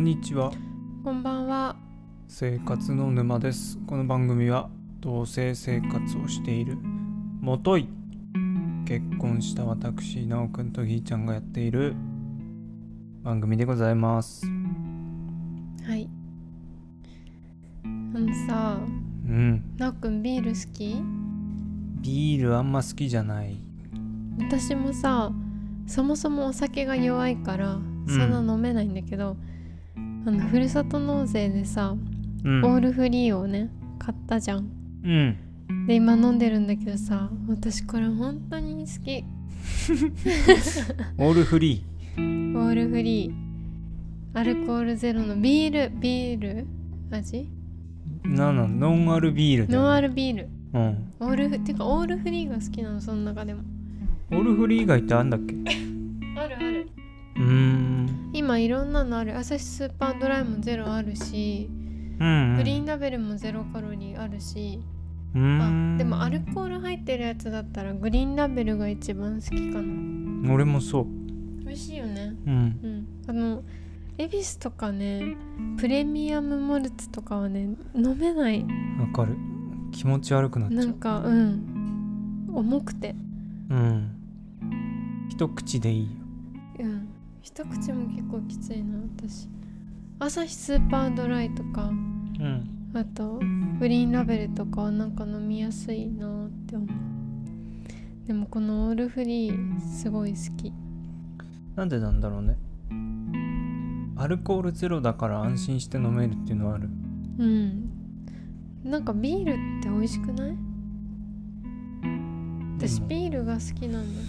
にちはこんばんは。生活の沼ですこの番組は同性生活をしているもとい結婚した私なおくんとひーちゃんがやっている番組でございますはい。あのさ、うんなおくんビール好きビールあんま好きじゃない私もさ、そもそもお酒が弱いから、そんな飲めないんだけど、あのふるさと納税でさ、うんオールフリーをね、買ったじゃん。うんで、今飲んでるんだけどさ、私これ本当に好き。オールフリオールフリー。アルコールゼロのビール、ビール味ーなんなんノンアルビールだよノンアねルビール。うんオールフ、てかオールフリーが好きなの、その中でも。オールフリー以外ってあんだっけうあるある。ーん今いろんなのある朝日スーパードライもゼロあるし、うんうんグリーンラベルもゼロカロリーあるし、うーんあでもアルコール入ってるやつだったらグリーンラベルが一番好きかな俺もそう美味しいよねうんうんあの恵比寿とかねプレミアムモルツとかはね飲めないわかる気持ち悪くなっちゃなうんかうん重くてうん一口でいいようん一口も結構きついな私朝日スーパードライとかうんあとグリーンラベルとかはなんか飲みやすいなって思うでもこのオールフリーすごい好きなんでなんだろうねアルコールゼロだから安心して飲めるっていうのはあるうんなんかビールって美味しくない私でもビールが好きなんだ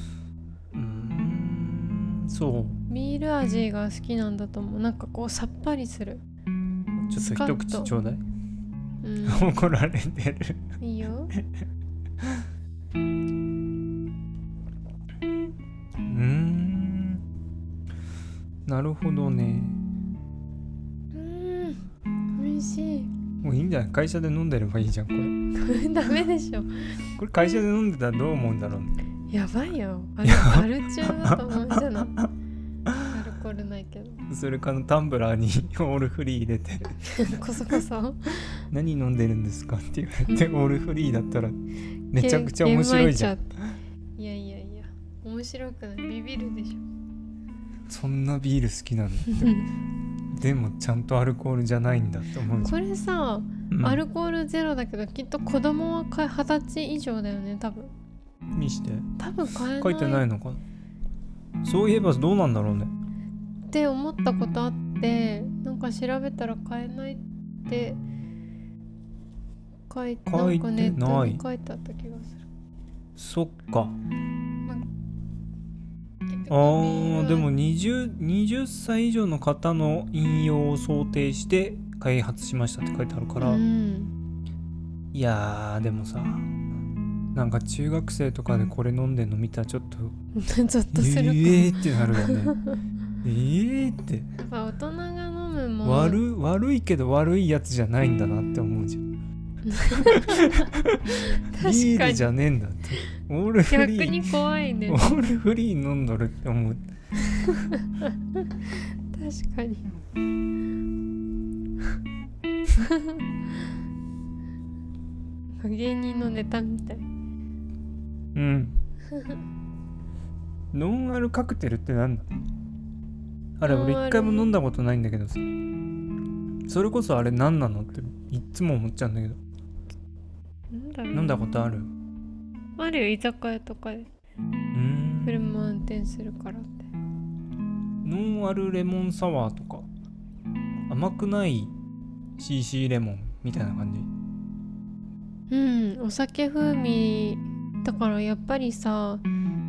うーんそうビール味が好きなんだと思うなんかこうさっぱりするちょスっカとッ一と口ちょうだいうん怒られてるいいようーんなるほどねうん美味しい もういいんじゃない会社で飲んでればいいじゃんこれダメでしょこれ会社で飲んでたらどう思うんだろうねやばいよあれ アル中だと思うんじゃないアルコールないけど それかのタンブラーに オールフリー入れてこそこそ何飲んでるんですかって言われてオールフリーだったらめちゃくちゃ面白いじゃんんいやいやいや面白くないビビるでしょそんなビール好きなのでもちゃんとアルコールじゃないんだと思うじこれさ、ゃん、うんアルコールゼロだけどきっと子供は買い二十歳以上だよね多分見して多分買えない書いてないっのかなそういえばどうなんだろうねて思ったことあってなんか調べたら買えないって書いて書いてないんかネットに書いてあった気がするそっか結あ局ビールーはでも 20, 20歳以上の方の引用を想定して開発しましたって書いてあるから、うん いやーでもさなんか中学生とかでこれ飲んでんの見たらちょっとゾッとするかも、ええー、ってなるよねええーってやっぱ大人が飲むもん悪悪いけど悪いやつじゃないんだなって思うじゃん 確かにビールじゃねえんだってオールフ逆リーに怖いねオールフリー飲んどるって思う確かに 芸人のネタみたいうん ノンアルカクテルってなんだあれノンアル俺一回も飲んだことないんだけどさそれこそあれ何なのっていっつも思っちゃうんだけどなんだろう飲んだことあるうあるよ居酒屋とかでーん車運転するからってノンアルレモンサワーとか甘くない CC レモンみたいな感じうんお酒風味だからやっぱりさ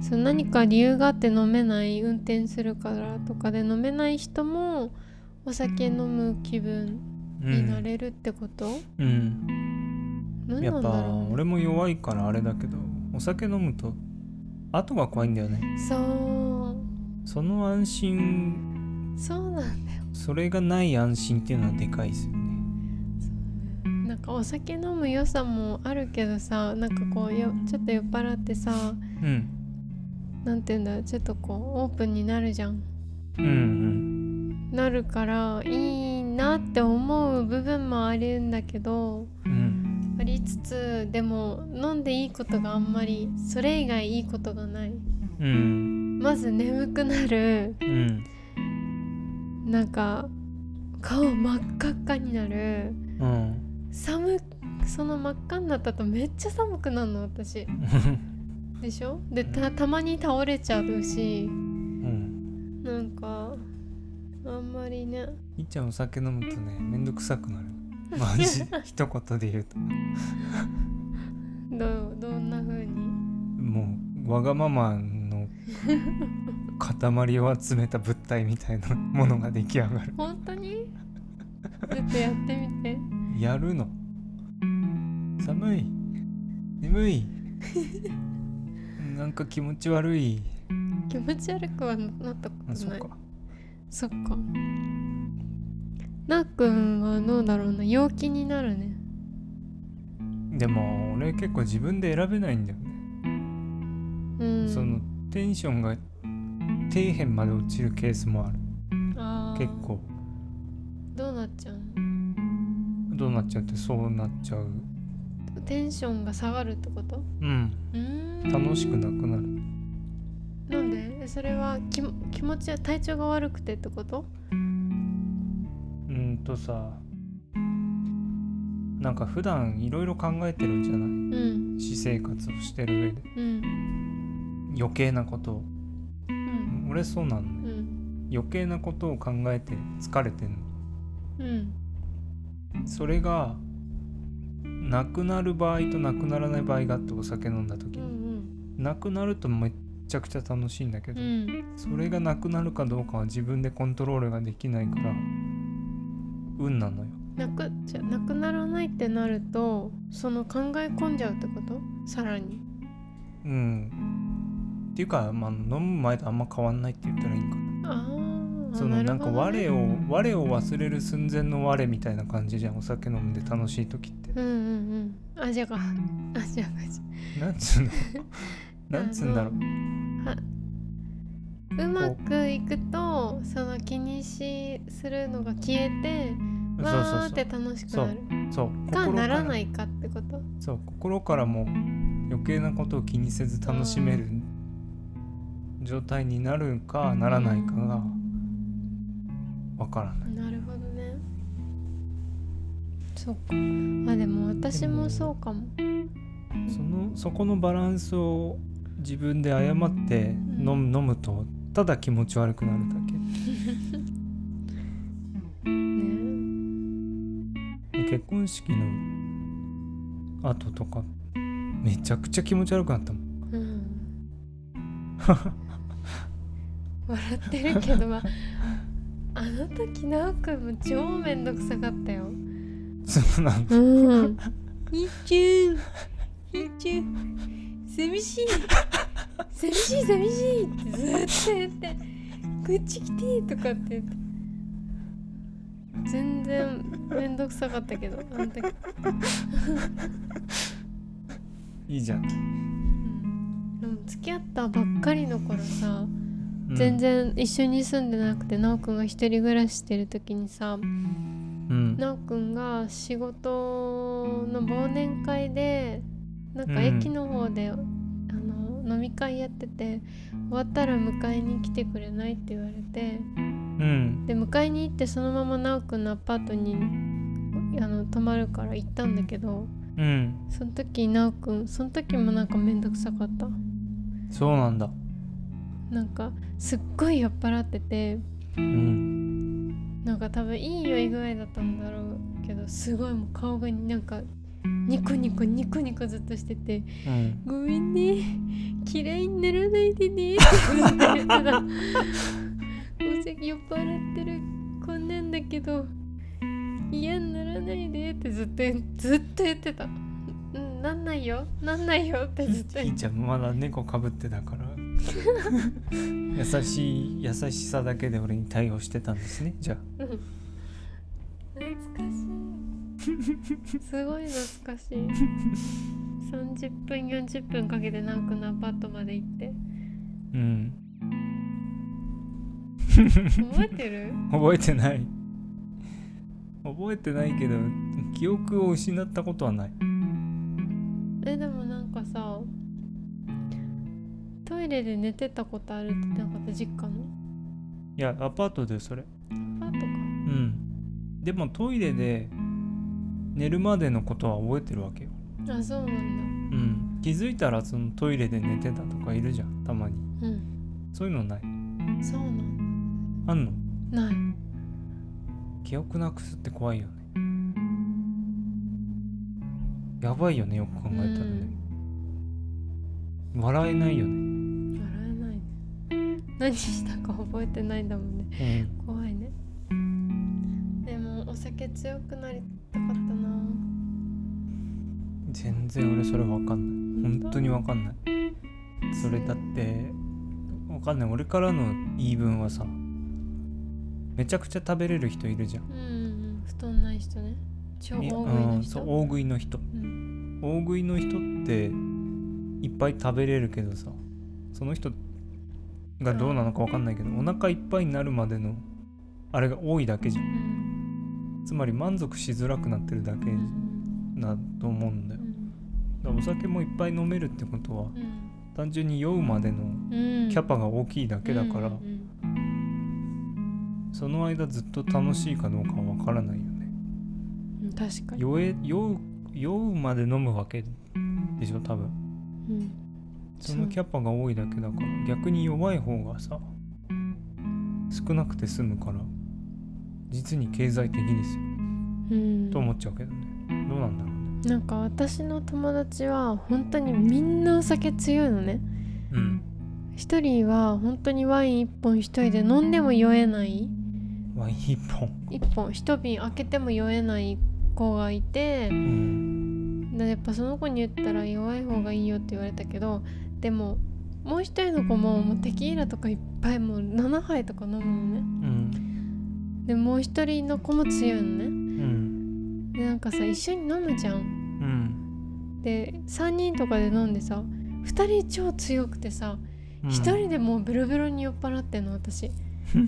その何か理由があって飲めない運転するからとかで飲めない人もお酒飲む気分うんになれるってこと、うん何やなっんだぱろうね俺も弱いからあれだけどお酒飲むと後が怖いんだよねそうその安心そうなんだよそれがない安心っていうのはでかいですよねなんかお酒飲む良さもあるけどさなんかこうよちょっと酔っ払ってさうんなんて言うんだろうちょっとこうオープンになるじゃんうんなるからいいなって思う部分もあるんだけどうんありつつでも飲んでいいことがあんまりそれ以外いいことがないうんまず眠くなるうんなんか顔真っ赤っかになるうん寒その真っ赤になったとめっちゃ寒くなるの私でしょでたたまに倒れちゃうしうんなんかあんまりねいっちゃんお酒飲むとねめんどくさくなるマ ジ一言で言うとどうどんな風にもうわがままの塊を集めた物体みたいなものが出来上がる本当にちょっとやってみて やるの寒い眠 いなんか気持ち悪い気持ち悪くはなったこあとそなっいかそっかなっくんはどうだろうな陽気になるねでも俺結構自分で選べないんだよね、うんそのテンションが底辺まで落ちるケースもあるあー結構どうなっちゃうどうなっちゃうってそうなっちゃうのテンションが下がるってことうんうーん楽しくなくなるなんでえそれはきも気持ちや体調が悪くてってことうんとさなんか普段いろいろ考えてるじゃなうんい私生活をしてる上でうん余計なことをうん俺そうなのねうん余計なことを考えて疲れてんうんのそれがなくなる場合となくならない場合があってお酒飲んだ時うに、んなくなるとめっちゃくちゃ楽しいんだけうど、んそれがなくなるかどうかは自分でコントロールができないから運なのよなくじゃなくならないってなるとその考え込んじゃうってことさらにうんっていうか、まあ、飲む前とあんま変わんないって言ったらいいんかなああそのなんか我を、我を忘れる寸前の我みたいな感じじゃんお酒飲んで楽しい時ってうんうんうんあじゃがあじゃがじなんつう のなんつうんだろううまくいくとその気にしするのが消えてそうわーっそてう楽しくなるそうそうか心ならかならいかってことそう心からもう余計なことを気にせず楽しめる状態になるかならないかがわからないなるほどねそっかあでも私もそうかもそのそこのバランスを自分で誤って飲む,、飲むとただ気持ち悪くなるだねけ結婚式の後とかめちゃくちゃ気持ち悪くなったもん うん 笑ってるけどまああの時なおくんも超めんどくさかったよそうなんだうん。ひーちゅん。ひーちゅん。寂しい。寂しい寂しいってずーっと言って。こっち来てとかって言って。全然めんどくさかったけど、あの時。いいじゃん、うんでも付き合ったばっかりの頃さ、うん全然一緒に住んでなくて、なおくんが一人暮らししてる時にさ、うんなおくんが仕事の忘年会でなんかうん駅の方で、あの飲み会やってて終わったら迎えに来てくれないって言われてうんで迎えに行ってそのままなおくんのアパートにあの泊まるから行ったんだけどうんその時なおくんその時もなんかめんどくさかったそうなんだなんかすっごい酔っ払っててうんなんか多分いい酔い具合だったんだろうけどすごいもう顔がなんかニコニコニコニコずっとしててうんごめんね嫌いにならないでねって言ってたお酒酔っ払ってるこんなんだけど嫌にならないでってずっとずっと言ってたうんなんないよなんないよってずっとひ言ーってちゃんまだ猫かぶってた から優しい優しさだけで俺に対応してたんですねじゃあ懐かしいすごい懐かしい30分40分かけてナオくんのアパートまで行ってうん覚えてる覚えてない覚えてないけど記憶を失ったことはないえでもなんかさトイレで寝てたことあるって言ってなかった実家のいやアパートでそれパートかうんでもトイレで寝るまでのことは覚えてるわけよあそうなんうん気づいたらそのトイレで寝てたとかいるじゃんたまにだうんそういうのないそうなんあんのだない記憶なくすって怖いよねやばいよねよく考えたらね笑えないよね笑えないね何したか覚えてないんだもんね怖いねでもお酒強くなりたかったな全然俺それ分かんない本当に分かんないそれだって分かんない俺からの言い分はさめちゃくちゃ食べれる人いるじゃんうんうん太んない人ね超大食いいやのそう人大食いの人うん大食いの人っていっぱい食べれるけどさその人がどうなのか分かんないけどお腹いっぱいになるまでのあれが多いだけじゃんうんつまり満足しづらくなってるだけうんだと思うんだよだからお酒もいっぱい飲めるってことはうん単純に酔うまでのうんキャパが大きいだけだから、うんうんその間ずっと楽しいかどうかは分からないよねうん確かに酔え酔う酔うまで飲むわけでしょ多分うんそのキャパが多いだけだから逆に弱い方がさ少なくて済むから実に経済的ですようんと思っちゃうけどねどうなんだろうねなんか私の友達は本当にみんなお酒強いのねうん一人は本当にワイン一本一人で飲んでも酔えないワイン一本一本一瓶開けても酔えない子がいてうんでやっぱその子に言ったら弱い方がいいよって言われたけどでももう一人の子ももうテキーラとかいっぱいもう7杯とか飲むのねうんでもう一人の子も強いのねうんでなんかさ一緒に飲むじゃんうんで3人とかで飲んでさ2人超強くてさうん一人でもうベロベロに酔っ払ってんの私 な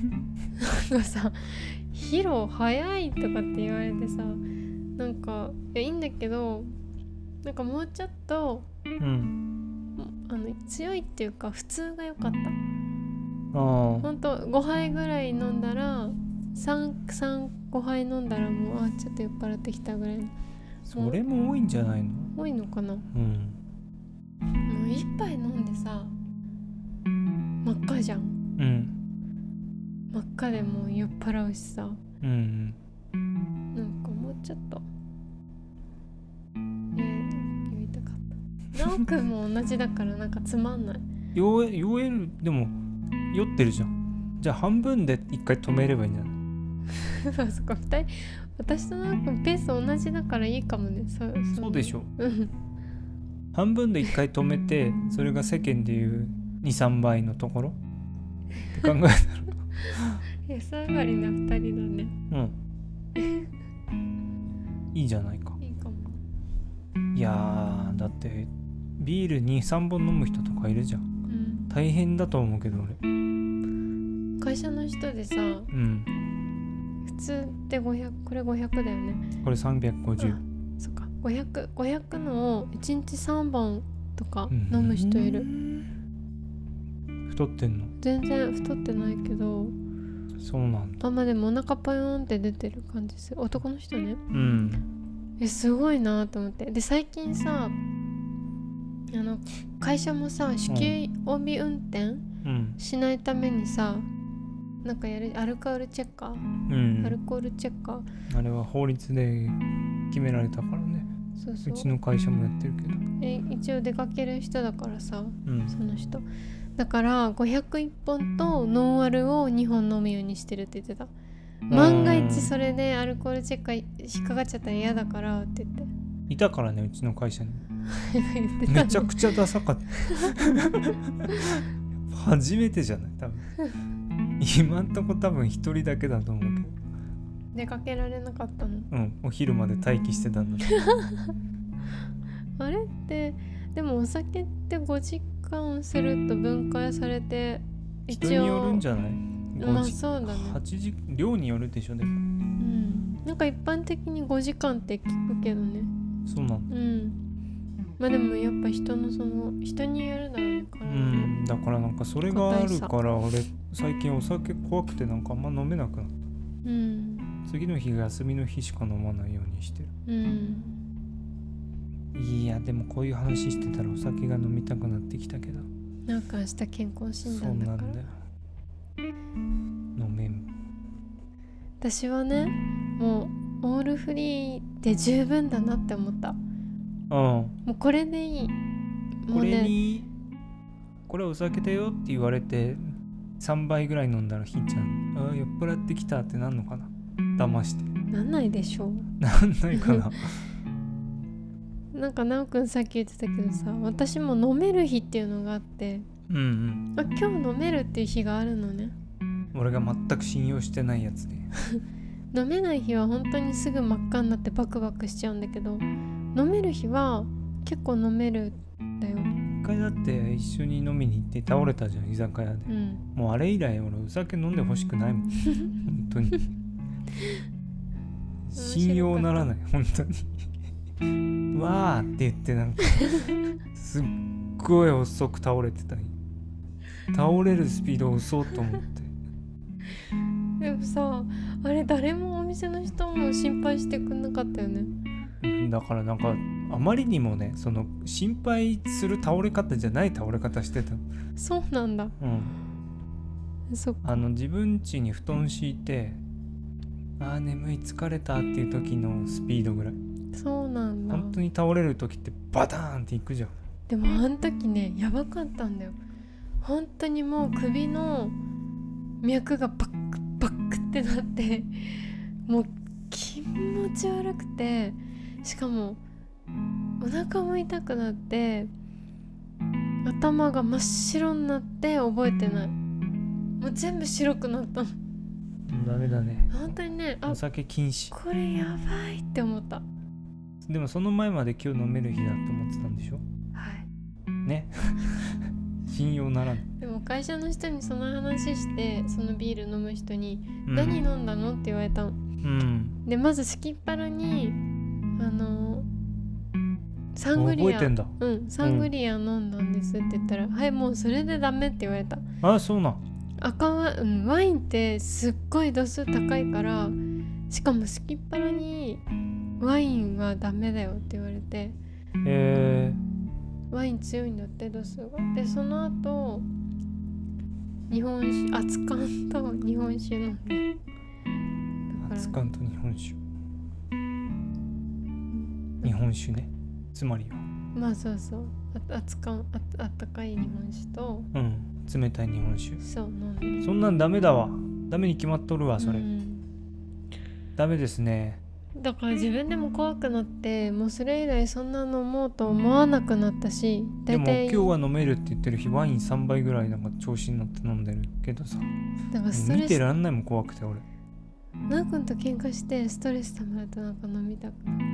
んかさ「ヒロ早い」とかって言われてさなんかいやいいんだけどなんかもうちょっとうんあの強いっていうか普通が良かったあほんと5杯ぐらい飲んだら335杯飲んだらもうあちょっと酔っ払ってきたぐらいのあそれも多いんじゃないの多いのかなもうんう一杯飲んでさ真っ赤じゃんうん真っ赤でもう酔っ払うしさうんなんかもうちょっとえー、言いたかった 奈くんも同じだからなんかつまんない 酔え酔えるでも酔ってるじゃんじゃあ半分で一回止めればいいんじゃないあそっか二人私と奈くんペース同じだからいいかもねそそうでしょうん半分で1回止めてそれが世間でいう23倍のところって考安上がりな二人だねえうんい いじゃないかいいかもいやーだってビール23本飲む人とかいるじゃんうん大変だと思うけど俺会社の人でさうん普通って500これ500だよねこれ350そっか500500のを1日3本とか飲む人いうる、ん太ってんの全然太ってないけどそうなんだあんまでもお腹パヨーンって出てる感じする男の人ねうんえすごいなと思ってで最近さあの会社もさ酒気帯び運転うんしないためにさなんかやるアルコールチェッうカーアルんコールチェッカーあれは法律で決められたからねそうそううちの会社もやってるけどえ一応出かける人だからさうんその人だから501本とノンアルを2本飲むようにしてるって言ってた万が一それでアルコールチェッカー引っかかっちゃったら嫌だからって言っていたからねうちの会社に言ってためねちゃくちゃダサかった 初めてじゃない多分今んとこ多分一人だけだと思うけ出かけられなかったのどうんお昼まで待機してたんだ あれってでもお酒って5時間すると分解されて人一による応んじゃない5まあ時そうだね8時量によるでしょでもうんなんか一般的に5時間って聞くけどねそうなんだうんまあでもやっぱ人のその人によるだろうかうらね、んだからなんかそれがあるから俺最近お酒怖くてなんかあんま飲めなくなったうん次の日が休みの日しか飲まないようにしてうんるいやでもこういう話してたらお酒が飲みたくなってきたけどなんか明日健康診そう断だなからんだよ飲めん私はねもうオールフリーで十分だなって思ったうんもうこれでいいもこうれねにこれお酒だよって言われて3杯ぐらい飲んだらひーちゃんあー酔っ払ってきたってなんのかな騙してなんないでしょうなんないかななんか奈くんさっき言ってたけどさ私も飲める日っていうのがあって うんうんあ今日飲めるっていう日があるのね俺が全く信用してないやつで飲めない日は本当にすぐ真っ赤になってバクバクしちゃうんだけど飲める日は結構飲めるんだよ一回だって一緒に飲みに行って倒れたじゃん居酒屋でうんもうあれ以来俺お酒飲んでほしくないもん本当 に信用ならない本当にわーって言ってなんかすっごい遅く倒れてた倒れるスピードを遅と思ってでもさあれ誰もお店の人も心配してくんなかったよねうんだからなんかあまりにもねその心配する倒れ方じゃない倒れ方してた、そうなんだうん、そっあの自分家に布団敷いてあー眠い疲れたっていう時のスピードぐらいそうなんだ本当に倒れる時ってバターンっていくじゃんでもあの時ねやばかったんだよ本当にもう首の脈がパックパックってなってもう気持ち悪くてしかもお腹も痛くなって頭が真っ白になって覚えてないもう全部白くなったのダメだね本当にねあお酒禁止これやばいって思ったはでもその前まで今日飲める日だと思ってたんでしょいね 信用ならん、でも会社の人にその話してそのビール飲む人にうん、何飲んだの?」って言われたのうんでまずすきっ腹にあのサング覚リえアてんだうんサングリア飲んだんですって言ったら「はいもうそれでダメ」って言われたあそうなん赤ワ,、うん、ワインってすっごい度数高いからしかもすきっ腹にワインはダメだよって言われてえワイン強いんだって度数がでその後日本酒熱燗と日本酒飲んでだー、から熱燗と日本酒日本酒ねつまりはまあそうそうあ熱燗ああったかい日本酒とうん冷たい日本酒そう飲んでそんなんダメだわダメに決まっとるわそれ、うんダメですねだから自分でも怖くなってもうそれ以来そんな飲もうと思わなくなったしで大も体今日は飲めるって言ってる日ワイン3杯ぐらいなんか調子に乗って飲んでるけどさなんかスト見レてスらんないもん怖くて俺なーくんと喧嘩してストレス溜まるとなんか飲みたくなる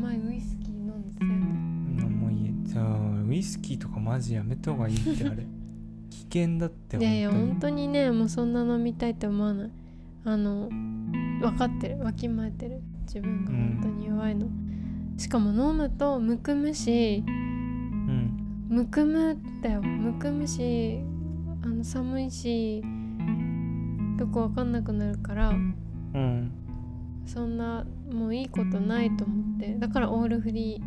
前ウイスキー飲んでたよねうんもういいじゃあウイスキーとかマジやめた方がいいってあ れ危険だっていやいや本本当にねもうそんな飲みたいって思わないあの分かってるわきまえてる自分が本当に弱いの、しかも飲むとむくむし当にうんむくむだよむくむしあの寒いしよくわかんなくなるからうんそんなもういいことないと思ってだからオールフリ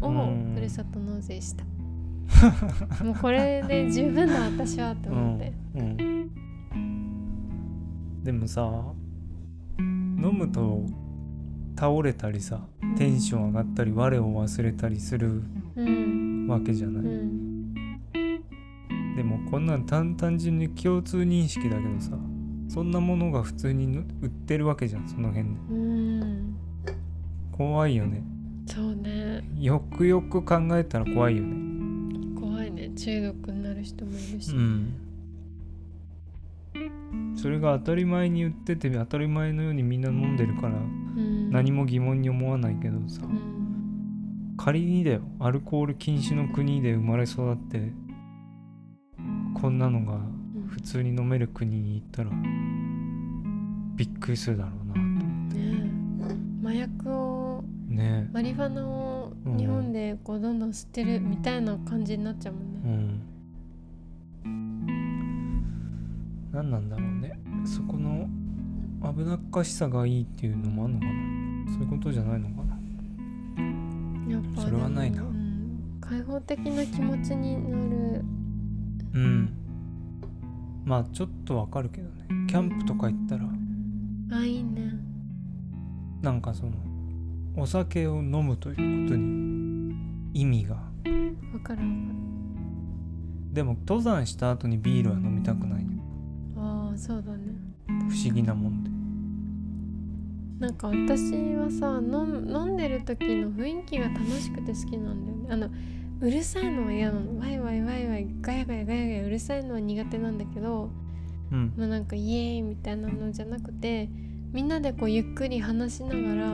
ーうんをふるさと納税したもうこれで十分だ私はって思って、うん、うん、でもさ飲むと倒れたりさテンション上がったり我を忘れたりするうんわけじゃない、うんでもこんなん単単純に共通認識だけどさそんなものが普通にの売ってるわけじゃんその辺でうん怖いよねそうねよくよく考えたら怖いよね怖いね中毒になる人もいるし、んそれが当たり前に売ってて当たり前のようにみんな飲んでるからうん何も疑問に思わないけどさうん仮にだよアルコール禁止の国で生まれ育ってこんなのが普普通に飲める国に行ったらびっくりするだろうなえ麻薬をとねマリファナを日本でこうどんどん吸ってるみたいな感じになっちゃうもんうね、ん何なんだろうねそこの危なっかしさがいいっていうのもあるのかなそういうことじゃないのかなやっぱそれはないなでもうん開放的な気持ちになるうんまあちょっとわかるけどねキャンプとか行ったらあいいねなんかそのお酒を飲むということに意味がわかるわかるでも登山した後にビールは飲みたくないああそうだね不思議なもんでなんか私はさ飲ん飲んでる時の雰囲気が楽しくて好きなんだよねあのうるさいのは嫌なのワイワイワイワイガヤガヤガヤガヤうるさいのは苦手なんだけどうんもうなんかイエーイみたいなのじゃなくてみんなでこうゆっくり話しながら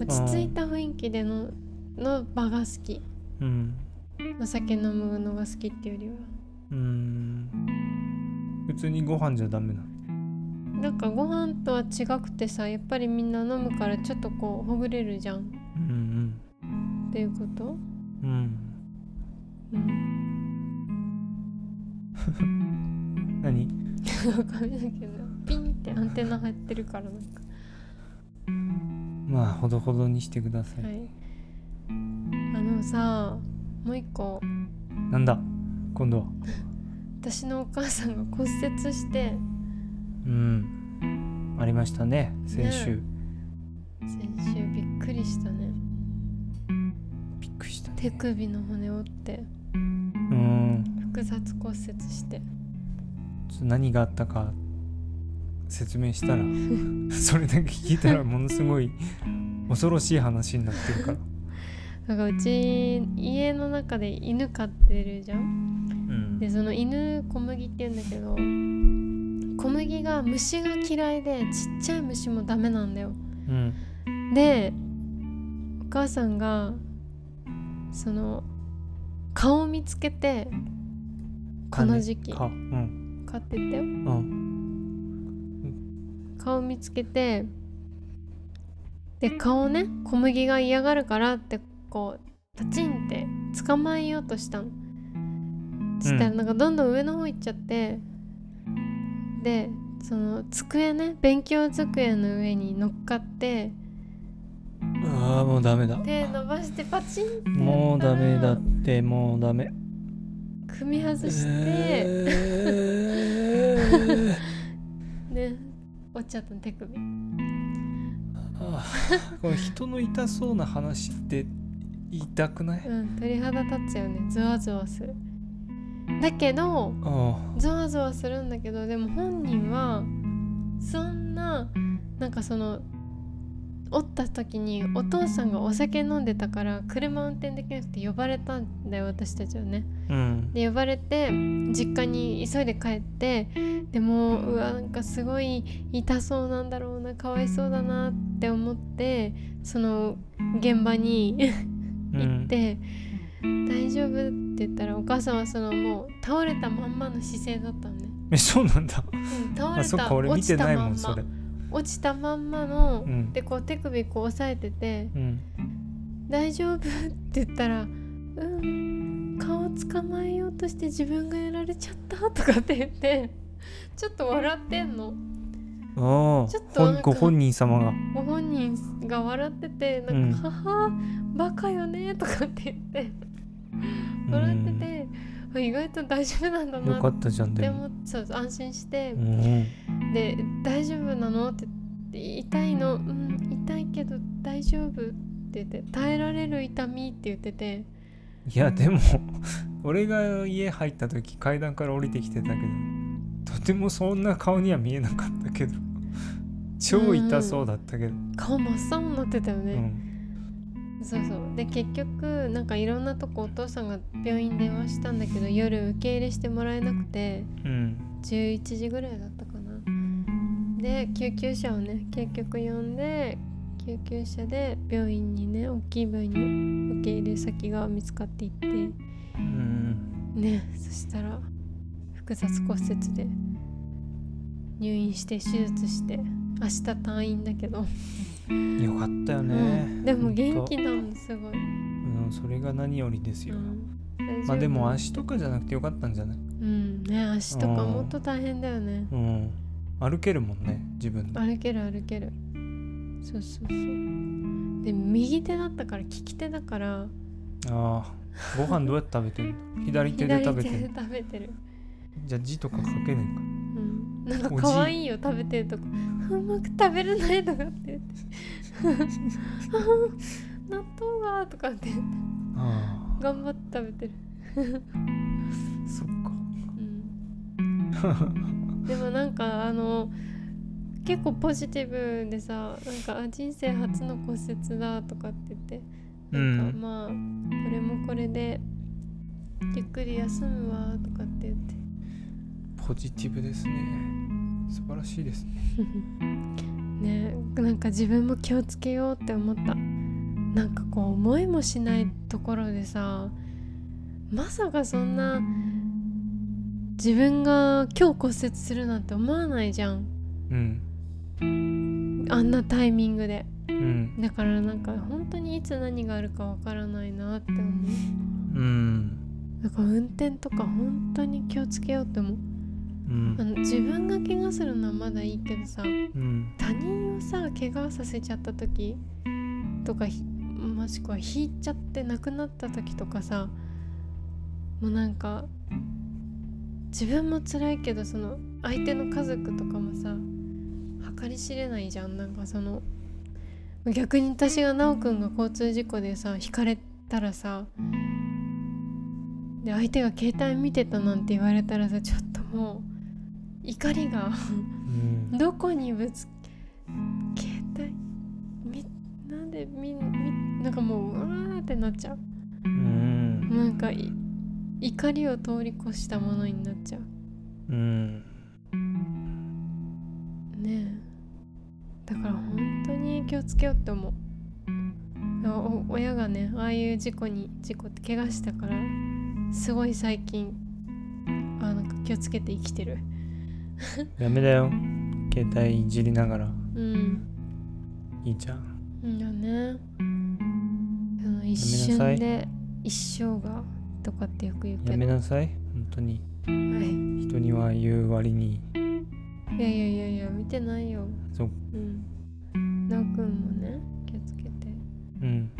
落ち着いた雰囲気でのの場が好きうんお酒飲むのが好きっていうよりはうーん普通にご飯じゃダメなのなんかご飯とは違くてさやっぱりみんな飲むからちょっとこうほぐれるじゃんっうんていうこと、うんうんうん、何髪の毛がピンってアンテナ入ってるからなんかまあほどほどにしてください、はいあのさもう一個なんだ今度は私のお母さんが骨折してうんありましたね先週、ね先週びっくりしたねびっくりした、ね、手首の骨折ってうん複雑骨折してちょっと何があったか説明 したらそれだけ聞いたらものすごい恐ろしい話になってる から、なんかうち家の中で犬飼ってるじゃんうんでその犬小麦って言うんだけど小麦が虫が嫌いでちっちゃい虫もダメなんだようんでお母さんがその顔を見つけてこの時期かうん飼ってったようん顔を見つけてで顔をね小麦が嫌がるからってこうパチンって捕まえようとしたのそしたらなんかどんどん上の方行っちゃって、でその机ね勉強机の上に乗っかってああもうダメだ手伸ばしてパチンってやったらもうダメだってもうダメ組み外して、 えーね折っちゃったの手首あーこの人の痛そうな話って痛くないうん鳥肌立っちゃうねゾワゾワするだけどあゾワゾワするんだけどでも本人はそんななんかその折った時にお父さんがお酒飲んでたから車運転できなくて呼ばれたんだよ私たちはねあうんで呼ばれて実家に急いで帰ってでもううわなんかすごい痛そうなんだろうなかわいそうだなって思ってその現場に う行っんて「大丈夫?」って言ったらお母さんはそのもう倒れたまんまの姿勢だったのね、えそうなんだうん、倒あれそったか俺落見ちてたないまもんんそまれ落ちたまんまの、うんでこう手首こう押さえててうん「大丈夫?」って言ったら「うん顔捕まえようとして自分がやられちゃった」とかって言ってちょっと笑ってんのああちょっとほなんんかご本人様がご本人が笑っててなんか「母バカよね」とかって言って笑ってて、あ意外と大丈夫なんだうんよなかっったじゃんてでも思ってそう安心してう、んで「大丈夫なの?」って言って「痛いのうん痛いけど大丈夫」って言って「耐えられる痛み」って言ってていやでも俺が家入った時階段から降りてきてたけどとてもそんな顔には見えなかったけど超痛そうだったけど、顔真っ青になってたようね、んそうそうで結局なんかいろんなとこお父さんが病院電話したんだけど夜受け入れしてもらえなくてうん11時ぐらいだったかなで救急車をね結局呼んで救急車で病院にね大きい病院に受け入れ先が見つかっていってうんねそしたら複雑骨折で入院して手術して明日退院だけど、よかったようね、ん、でも元気ほんとなのすごい、うん、それが何よりですうよ、ん、まあでも足足とかじゃなくてよかったんじゃないうんね足とかもっと大変だよねうん歩けるもんね自分で歩ける歩けるそうそうそうで右手だったから利き手だからああご飯どうやって食べてる の左手で食べて左手るで食べてるじゃあ字とか書けないかうん、なんかおじい可愛いよ食べてるとこうまく食べれないとかって言って 納豆がとかって言ってあ頑張って食べてる、あそっかうん、でもなんかあの結構ポジティブでさなんかあ人生初の骨折だとかって言ってなんかうんまあこれもこれでゆっくり休むわとかって言ってポジティブですね素晴らしいですね ねなんか自分も気をつけようって思ったなんかこう思いもしないところでさまさかそんな自分が今日骨折するなんて思わないじゃんうんあんなタイミングでうんだからなんか本当にいつ何があるかわからないなって思ううんだから運転とか本当に気をつけようって思ううあんの自分が怪我するのはまだいいけどさうん他人をさ怪我させちゃった時とかひもしくは引いちゃって亡くなった時とかさもうなんか自分も辛いけどその相手の家族とかもさ計り知れないじゃんなんかその逆に私が奈くんが交通事故でさひかれたらさで相手が携帯見てたなんて言われたらさちょっともう怒りが。うんどこにぶつけ携帯みなんでみみなんかもううわーってなっちゃううんなんかい怒りを通り越したものになっちゃううんねえだから本当に気をつけようって思うお親がねああいう事故に事故って怪我したからすごい最近あなんか気をつけて生きてるダメだよ携帯いじりながらうんいいじゃんうんだねその一瞬で一生がとかってよく言うけやめどなさい本当には人には言う割にい、いやいやいやいや見てないよそっうんなおくんもね気をつけてうん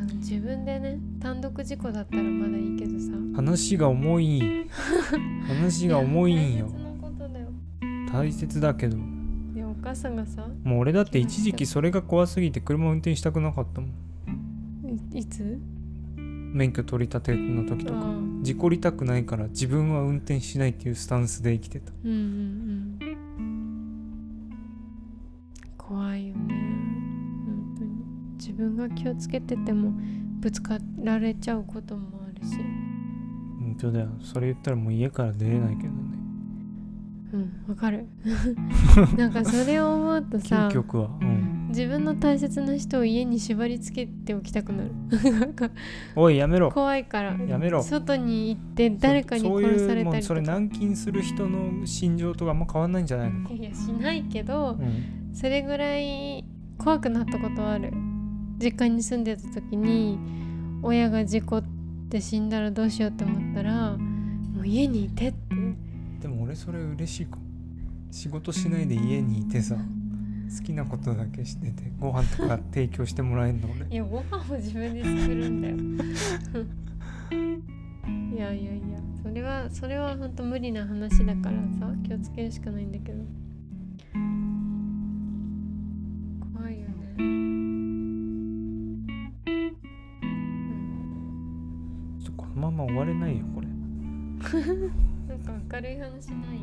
あの自分でね単独事故だったらまだいいけどさ話が重い話が重いんよや大切なことだよ大切だけどでお母さんがさもう俺だって一時期それが怖すぎて車運転したくなかったもんいいつ免許取り立ての時とああか事故りたくないから自分は運転しないっていうスタンスで生きてたうんうんうん怖いよね本当に自分が気をつけててもぶつかられちゃうこともあるし本当だよそれ言ったらもう家から出れないけどねうんわかる なんかそれを思うとさ究極はうん自分の大切な人を家に縛り付けておきたくなるなんかおいやめろ怖いからやめろ外に行って誰かにそう殺そされういうもたうりそれとか軟禁する人の心情とかあんま変わんないんじゃないのか、いやしないけどうん、それぐらい怖くなったことはある実家に住んでた時に親が事故って死んだらどうしようって思ったらもう家にいてってでも俺それ嬉しいかも仕事しないで家にいてさ好きなことだけしててご飯とか提供してもらえん の俺いやご飯も自分で作るんだよ いやいやいやそれはそれは本当無理な話だからさ気をつけるしかないんだけど怖いよねうんちょっとこのまま終われないよこれなんか明るい話ない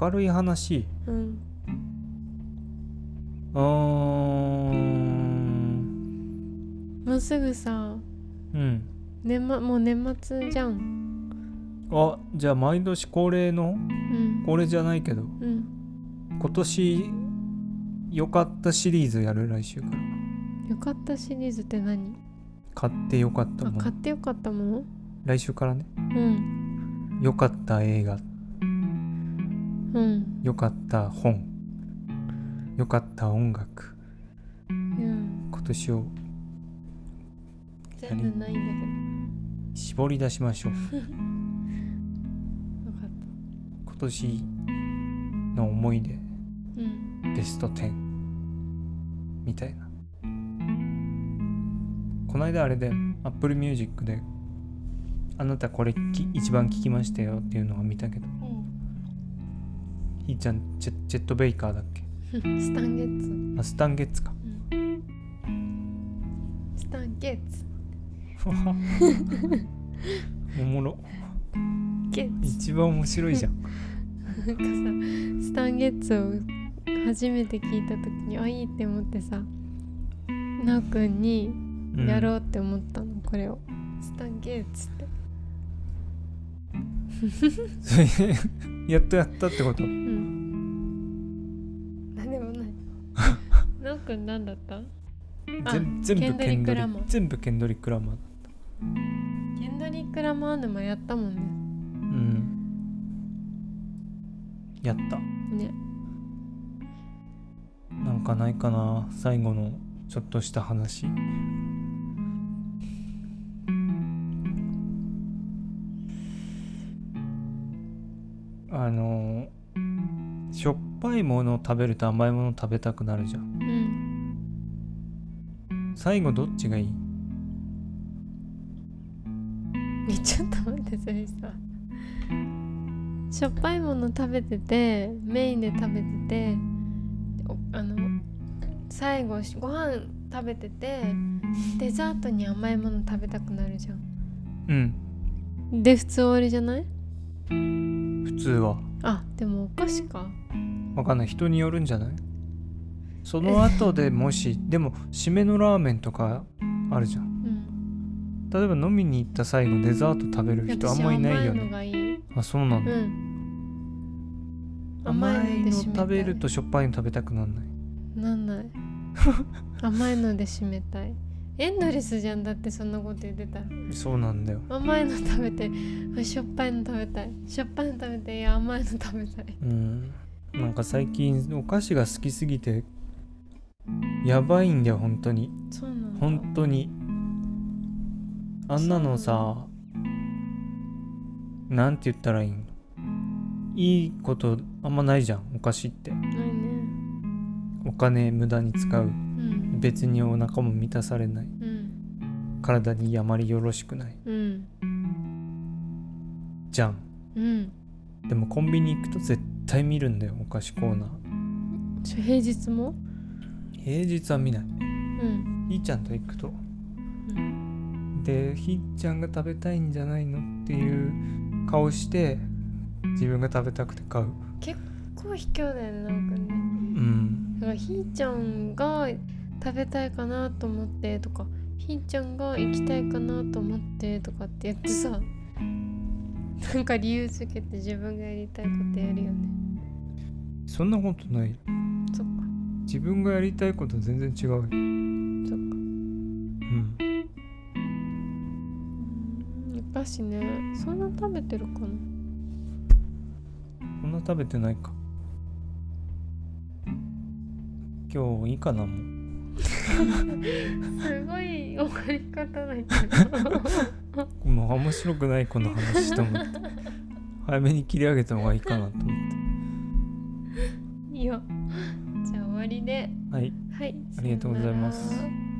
明るい話うんうーんもうすぐさうん年末もう年末じゃんあじゃあ毎年恒例のうん恒例じゃないけどうん今年良かったシリーズやる来週からよかったシリーズって何買って良かったあも買のってよかったもの来週からねうん良かった映画うん良かった本良かった音楽うん今年を全部ないん絞り出しましょうだけど分かっ今年の思い出たうんベスト10みたいなこの間あれで Apple Music で「あなたこれき一番聴きましたよ」っていうのは見たけどひーちゃんジェジェット・ベイカーだっけうんスタンゲッツあスタンゲッツ かスタンゲッツおもろゲッツ一番面白いじゃんなんかさスタンゲッツを初めて聞いた時にあいいって思ってさなおくんにうんやろうって思ったの、これをスタンゲッツってそれやっとやったってことうん何で もないなおくん何だった全全部ケケンンドドリックリラマー全部ケンドリック・ラマーケンドリック・ラマーヌもやったもんうんやったねねなんかないかな最後のちょっとした話あのしょっぱいものを食べると甘いものを食べたくなるじゃんうん最後どっちがいいえちょっと待ってそれさしょっぱいもの食べててメインで食べてておあの最後しご飯食べててデザートに甘いもの食べたくなるじゃんうんで普通終わりじゃない普通はあでもお菓子かわかんない人によるんじゃないその後でもしでも締めのラーメンとかあるじゃんうん例えば飲みに行った際のデザート食べる人あん私まはいな甘いいよのねがいいあそうなんだうん甘いの締めた食べるとしょっぱいの食べたくなんないなんない甘いので締めたいエンドレスじゃんだってそんなこと言ってたらそうなんだよ甘いの食べてあしょっぱいの食べたいしょっぱいの食べていや甘いの食べたいうんなんか最近お菓子が好きすぎてやばいんだよ本当にそうなんだ本当にあんなのさなんて言ったらいいのいいことあんまないじゃんお菓子ってないねお金無駄に使ううん別にお腹も満たされないうん体にあまりよろしくないうんじゃんうんでもコンビニ行くと絶対見るんだよお菓子コーナーちょ平日も平日は見ないうんひーちゃんと行くとうんでひーちゃんが食べたいんじゃないのっていう顔して自分が食べたくて買うこう卑怯だよねなんかうねんだからひーちゃんが食べたいかなと思ってとかひーちゃんが行きたいかなと思ってとかってやってさ なんか理由つけて自分がやりたいことやるよねそんなことないそっか自分がやりたいこと全然違うよそっかうんお菓子ねそんな食べてるかなそんな食べてないか今日いいかなもうすごい怒り方だけもう面白くないこの話と思って早めに切り上げた方がいいかなと思ってど いやじゃあ終わりではいはいありがとうございますさよなら